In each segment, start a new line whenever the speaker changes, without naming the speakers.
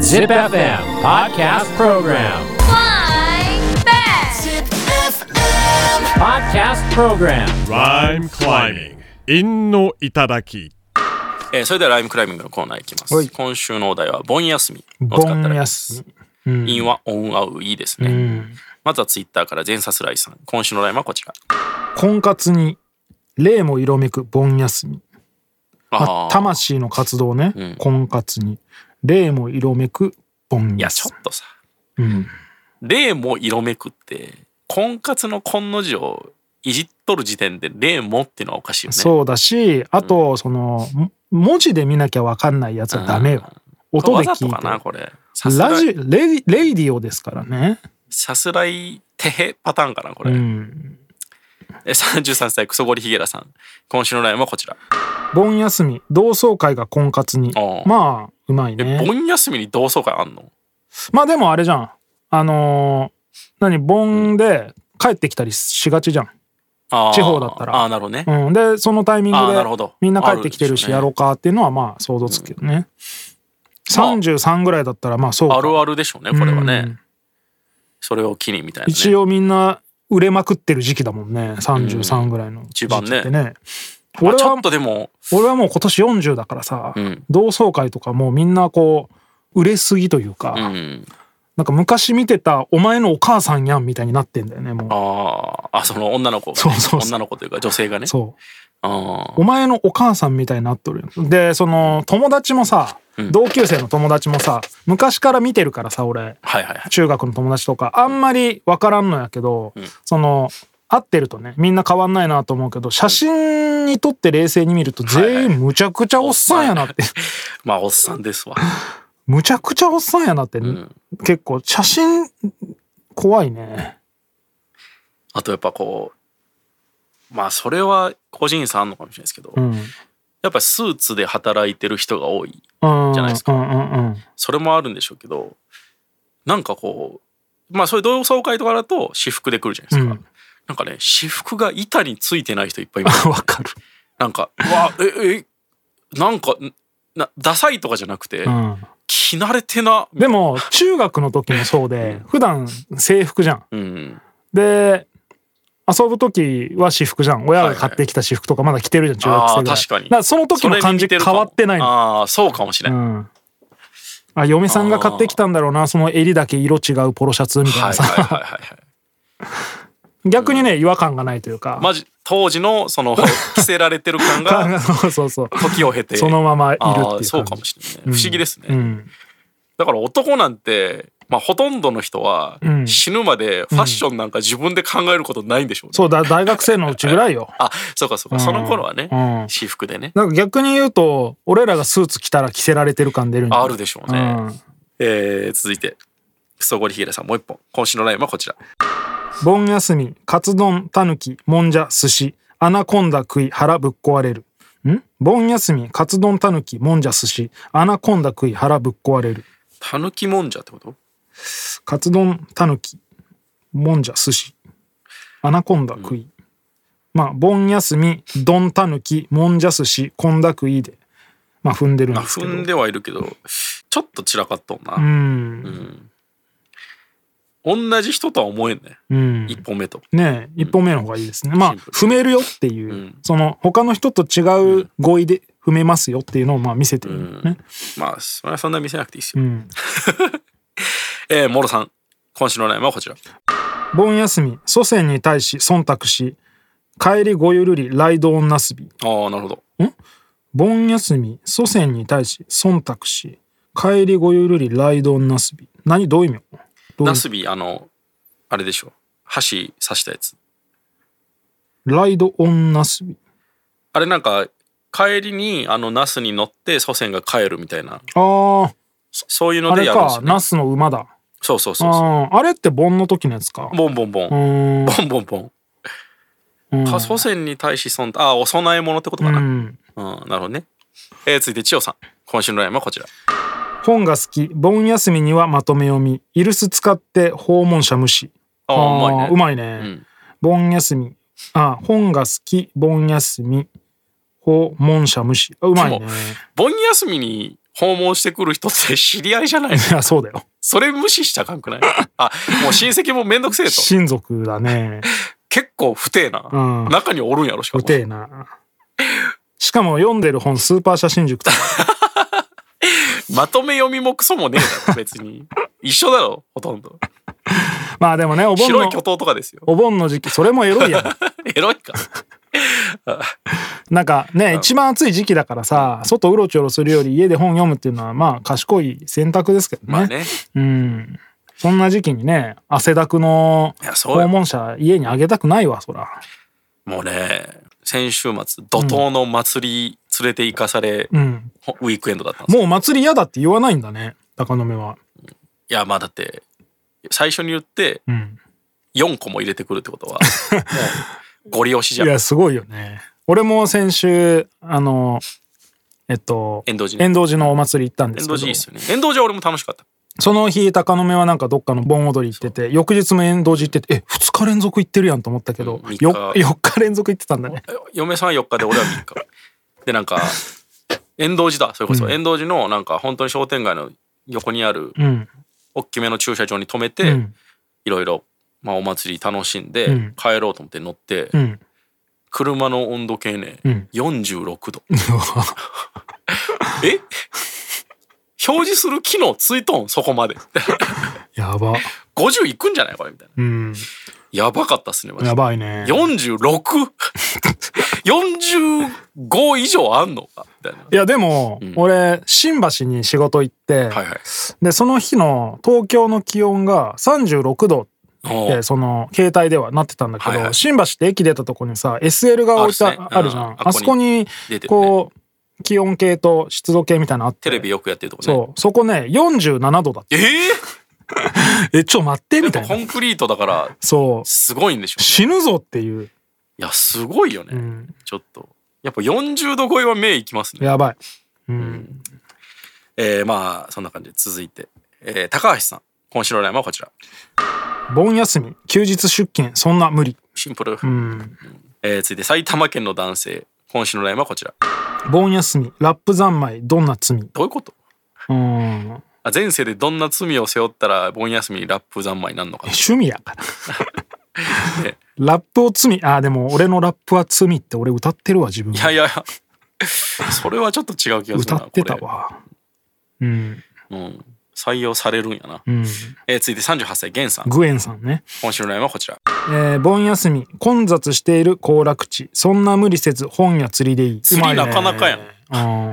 Zip FM Podcast Program.
Flying back.
Podcast Program.
Rhyme climbing. 陰の頂き。
えーそれではライムクライミングのコーナーいきます。
はい
今週のお題は盆休みを使
ボ
っ
ン
たら、
ヤス。うん
陰はオンアウいいですね。
うん
まずはツイッターから全サスライさん。今週のライムはこちら。
婚活に霊も色めく盆休み、まあ、
ー
魂の活動ね、
ん
婚活に霊も色めく盆
いや、
休
ちょっとさ、
み、うん、
霊も色めくって、婚活の婚の字をいじっとる時点で霊もっていうのはおかしいよね。
そうだしあとその、も文字で見なきゃわかんないやつはダメよ音
わ
で
ざ
聞
とかな、
いて
これ。さすら
ラ
い
ジレイレイディオですからね、
さすらいてへパターンかな、こ
う
れ。
ん、
え33歳、クソゴリヒゲラさん。今週のライムはこちら。
盆休み同窓会が婚活に
ああ
まあうまい
え、
ね
盆休みに同窓会あんの
まあでもあれじゃんあのー何盆で帰ってきたりしがちじゃん
あー
地方だったら
あー、なるほどね。
うん、でそのタイミン
あ
グ
ー
で
なるほど
みんな帰ってきてる
あ
し
るでしょうね
やろうかっていうのはまあ想像つくけどね、33ぐらいだったらまあそうか
あるあるでしょうね、これはね。
うん
それを機にみたいな、ね。
一応みんな売れまくってる時期だもんね33ぐらいの時期って
一番
ね、
まあ
俺
ちょ
は
っとでも、
俺はもう今年40だからさ、
うん
同窓会とかもうみんなこう売れすぎというか、
うん。
なんか昔見てたお前のお母さんやんみたいになってんだよねもう
あーあ、その女の子がね、
そうそうそう
女の子というか女性がね。
そう
あ
お前のお母さんみたいになっとるよでその友達もさ、
ん
同級生の友達もさ昔から見てるからさ俺
あ、はいはいはい。
中学の友達とかあんまり分からんのやけど、その会ってるとねみんな変わんないなと思うけど写真に撮って冷静に見ると全員むちゃくちゃおっさんやなって、
まあ、おっさんですわ。
むちゃくちゃおっさんやなって、結構写真怖いね
あとやっぱこう、まあ、それは個人差あんのかもしれないですけど、
うん
やっぱスーツで働いてる人が多い。
じ
ゃないです
かうんうんうん
それもあるんでしょうけど、なんかこう、まあ、そういう同窓会とかだと私服で来るじゃないですか。
うん
なんかね、私服が板についてない人いっぱいいます。
わかる、
なんか、うわ、え、え、なんか、なダサいとかじゃなくて、
うん、
着慣れてな、
でも中学の時もそうで普段制服じゃん
うん、
で遊ぶ時は私服じゃん親が買ってきた私服とかまだ着てるじゃん中学生ぐらい
あー確かに
だからその時の感じ変わってないの
ああー、そうかもしれ
う
ない。
んあ嫁さんが買ってきたんだろうなその襟だけ色違うポロシャツみたい
は
ないさ、
はいはいはいはい。
逆にね違和感がないというか、
マジ当時のその着せられてる感 が
そうそうそう
時を経て、
そのままいるっていう
ああ
感じ
そうかもしれないね。不思議ですね。
うん
だから男なんて、まあほとんどの人は
うん
死ぬまでファッションなんか自分で考えることないんでしょうね。
そうだ大学生のうちぐらいよ
あ、そうかそうか。その頃はね、
うん
私服でね、
なんか逆に言うと俺らがスーツ着たら着せられてる感出るんじゃない
あるでしょうね。
うん
えー続いてクソゴリヒゲラさんもう一本今週のラインはこちら
盆休みカツ丼タヌキもんじゃ寿司アナコンダ食い腹ぶっ壊れるん盆休みカツ丼タヌキもんじゃ寿司アナコンダ食い腹ぶっ壊れる
たぬきもんじゃってこと
カツ丼タヌキもんじゃ寿司アナコンダ食い、まあ盆休み丼タヌキもんじゃ寿司こんだ食いでまあ踏んでるん
あ
ですけど
踏んではいるけどちょっと散らかっとん
う
な、
ん
同じ人とは思えんね、
うん
一本目と
ねえ、一本目の方がいいですね。まあ、
シンプル
踏めるよっていう、
ん
その、他の人と違う語彙で踏めますよっていうのを、まあ、見せてるよね。
まあそれはそんな見せなくていいです
う
よ、
ん。
えー、モロさん今週のラインはこちら
盆休み、祖先に対し忖度し、帰りごゆるり、来道なすび。
ああなるほど
盆休み、祖先に対し忖度し、帰りごゆるり、来道なすび。何どういう意味どういう
ナスビあのあれでしょ箸刺したやつ
ライドオンなすび。
あれなんか帰りにあのナスに乗って祖先が帰るみたいな
あ
そういう
あ、
の
あ
で
れ
やるんです
か
よ、、ね、
ナスの馬だ。
そうそうそうそ
あーあれって盆の時のやつか
う。ボンボンボン
うーん。
ボンボンボン。か祖先に対し忖度あお供え物ってことか
う
な、うん
ん。
なるほどね、えー、続いて千代さん今週のラインはこちら
本が好き盆休みにはまとめ読みイルス使って訪問者無視
ああうまいね
ーうまいね、
うん
盆休みあ本が好き盆休み訪問者無視あうまいね
でも盆休みに訪問してくる人って知り合いじゃないの
いやそうだよ
それ無視しちゃかんくないあもう親戚もめんどくせえと
親族 だね
結構不定な、
うん
中におるんやろしか
う
も
てえなしかも読んでる本スーパー写真塾 とか
まとめ読みもクソもねえだろ別に 一緒だろほとんど
まあでもねお盆
白い巨
の
頭とかですよ
お盆の時期それもエロいやん
エロいか
なんかね一番暑い時期だからさ外うろちょろするより家で本読むっていうのはまあ賢い選択ですけどね,、
まあね
うんそんな時期にね汗だくの
いやそう
訪
よ
問者家にあげたくないわそら
もうね先週末怒涛の祭り連れて行かされ、
うん
ほウィークエンドだったんですよ
もう祭り嫌だって言わないんだね鷹の目はい
やまあだって最初に言って
うん
4個も入れてくるって ことはもうゴリ押し
い
じゃん
やすごいよね俺も先週あのえっと
遠藤寺ね
遠藤寺のお祭り行ったんで
遠藤
す
寺い
け
いっ
ど
すよね遠藤寺俺も楽しかった
その日鷹の目はなんかどっかの盆踊り行ってて翌日も遠藤寺行っててえ2日連続行ってるやんと思ったけど
うん三日
4, 日連続行ってたんだね
嫁さんは4日で俺は3日でなんか遠藤寺だそれこそ、遠藤寺のなんか本当に商店街の横にある
うん
大きめの駐車場に止め
う
て
ん
いろいろまあお祭り楽しんで、
うん
帰ろうと思って乗って、
うん
車の温度計ね、
うん
46度 え表示する機能ついとんそこまで
やば
50いくんじゃないこれみたいな
うん
やばかったっすねマジ
や
で
ばいね
46?45 以上あんのかみたいない
やでも、
うん
俺新橋に仕事行って、
はいはい
でその日の東京の気温が36度
おう
ってその携帯ではなってたんだけど、
はいはい
新橋って駅出たとこにさ SL が置いて
あるっすね
ああるじゃん、
うん
あそこに
出てるね
こう気温計と湿度計みたいなのあって
テレビよくやってるとこね
そうそこね47度だって
ええ
えちょ待ってみ
や
た
っぱコ
いな
ンクリートだから
そう
すごいんでしょうね
死ぬぞっていう、
いやすごいよね、
うん、
ちょっとやっぱ40度超えは目いきますね
やばい、う、
うんんえー、まあそんな感じで続いて、えー、高橋さん今週のラインはこちら
盆休み休日出勤そんな無理、
シンプル、
うん、
えー、続いて埼玉県の男性今週のラインはこちら
盆休みラップ三昧どんな罪
どういうこと
うん
あ前世でどんな罪を背負ったら盆休みにラップ三昧になんのかな
趣味やから
ね
ラップを罪あでも俺のラップは罪って俺歌ってるわ自分
いやいやいやそれはちょっと違う気がする
歌
な
ってたわうん
これ、うん、採用されるんやな、
うん
えー、続いて38歳源さん
グエンさんね、
今週のラインはこちら
えー盆休み混雑している行楽地そんな無理せず本や釣りでいい
釣りなかなかやん
ん、う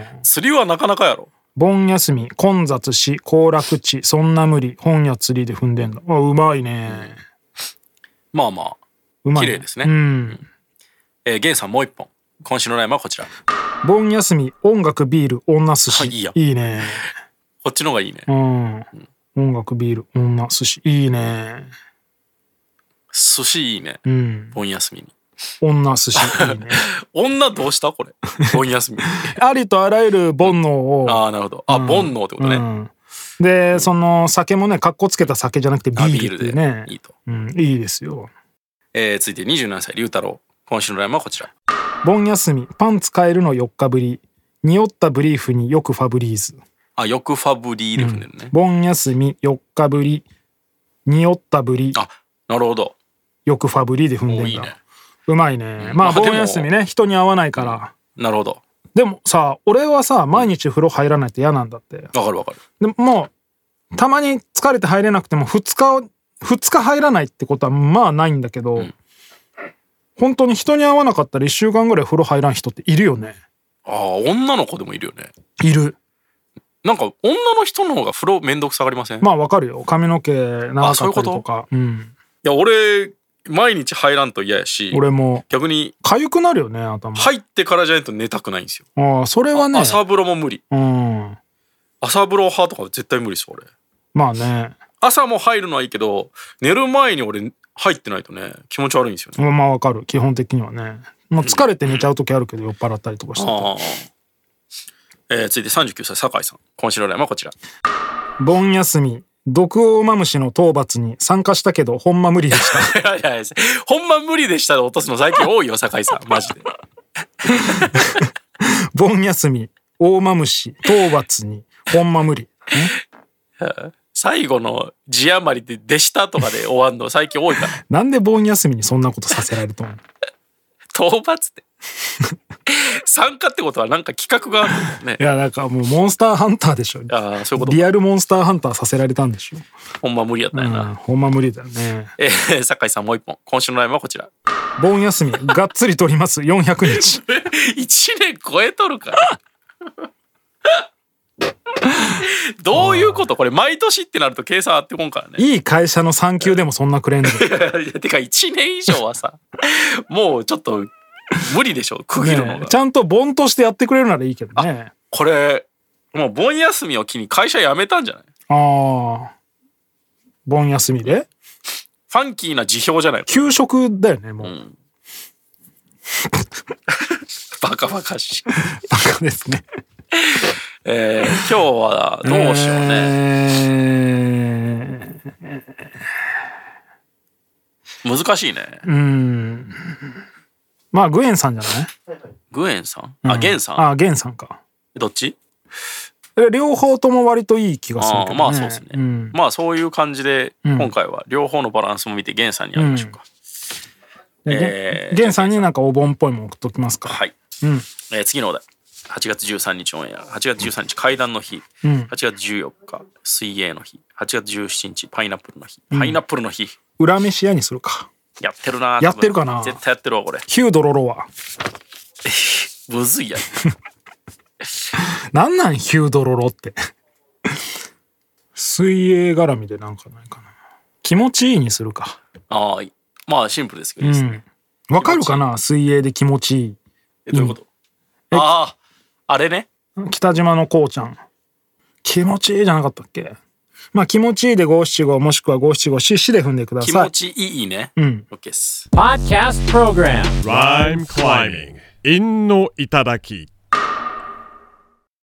ん
釣りはなかなかやろ
盆休み混雑し行楽地そんな無理本や釣りで踏んでんだあうまいね
まあまあ
うまい
綺麗ですね
うん
えー、ゲンさんもう一本今週のラインはこちらこ
盆休み音楽ビール女寿司
はいいいや
いいね
っちの方がいいね
うん音楽ビール女寿司いいね
寿司いいね
うん
盆休みに
女寿司いいね
女どうしたこれ盆休み
ありとあらゆる煩悩を
ああなるほどあ、煩悩ってことね、
うんでその酒もねかっこつけた酒じゃなくてビ
あビ
ー
ー
ル
ル
って
で
いうね
いいと、
うん、いいですよ
えー、続いて27歳龍太郎今週のラインはこちら
盆休みパンツ変えるの4日ぶり匂ったブリーフによくファブリーズ
あよくファブリーで踏んでるね、
盆休み4日ぶり匂ったぶり
あなるほど
よくファブリーで踏んで
も
ん
う
だ
いいね
うまいね
うん
まあ
まあでも
盆休みね人に会わないから
なるほど
でもさ俺はさ毎日風呂入らないと嫌なんだって
わかるわかる
でもうたまに疲れて入れなくても2日2日入らないってことはまあないんだけど、
ん
本当に人に会わなかったら1週間ぐらい風呂入らん人っているよね
ああ女の子でもいるよね
いる
なんか女の人の方が風呂めんどくさがりません、
まあわかるよ髪の毛長か
あ
った
そうい
り
うこと
とかうん、
いや俺毎日入らんと嫌やし
俺も
逆に
痒くなるよね頭、
入ってからじゃないと寝たくないんですよ、
ああそれはね
朝風呂も無理
うん
朝風呂派とか絶対無理です俺
まあね
朝も入るのはいいけど寝る前に俺入ってないとね気持ち悪いんですよね、
まあわかる基本的にはねもう疲れて寝ちゃう時あるけど酔っ払ったりとかしてて
ああえー、続いて39歳酒井さん今週のラインはこちら
盆休み毒オウマムシの討伐に参加したけどほんま無理で した
いやいやいやほんま無理でしたで落とすの最近多いよ酒井さんマジで
盆休み大間虫討伐に本間無理、ね、
最後の字余りで「でした」とかで終わんの最近多いから
なんで盆休みにそんなことさせられると思う
討伐って 参加ってことはなんか企画があるんだよ
い
ね
やなんかもうモンスターハンターでしょ
ああそういうこと
リアルモンスターハンターさせられたんでしょ
ほんま無理やった
う
よな、
んほんま無理だよね
えー、酒井さんもう一本今週のライブはこちら
盆休みがっつり取ります400日
1年超えとるからどういうことこれ毎年ってなると計算あってこんからね
いい会社の産休でもそんなくれん の
いやいやてか1年以上はさもうちょっと無理でしょ区切るのが、
ねえちゃんと盆としてやってくれるならいいけどね
これもう盆休みを機に会社辞めたんじゃない
ああ盆休みで
ファンキーな辞表じゃない
給食だよねもう、
バカバカしい、
バカですね
えー今日はどうしようね、
ねえ
難しいね
ー、うんまあグエンさんじゃない
グエンさん、あゲンさん
あゲンさんか
どっち
え両方とも割といい気がする
あ
けど、
ー
ね、
まあそうですね、
ん
まあそういう感じで今回は両方のバランスも見てゲンさんにやりましょうか、
でゲン
えー
ゲンさんになんかお盆っぽいもん送っときますか
はい、えー次のお題8月13日オンエア8月13日階段の日、8月14日水泳の日8月17日パイナップルの日パイナップルの日、
裏飯屋にするか
やってるな
やってるかな
多分絶対やってるわこれ
ヒュードロロは
むずいやん
なんなんヒュードロロって水泳絡みでなんかないかな気持ちいいにするか
ああまあシンプルですけどいいですね、
わかるかな水泳で気持ちいい
えどういうことあああれね
北島のこうちゃん気持ちいいじゃなかったっけまあ気持ちいいで五七五もしくは五七五四四で踏んでくだ
気
さ
持
い
ちいいね、
うん、
オッケーです
Podcast Program.
Rhyme climbing. 韻の頂き。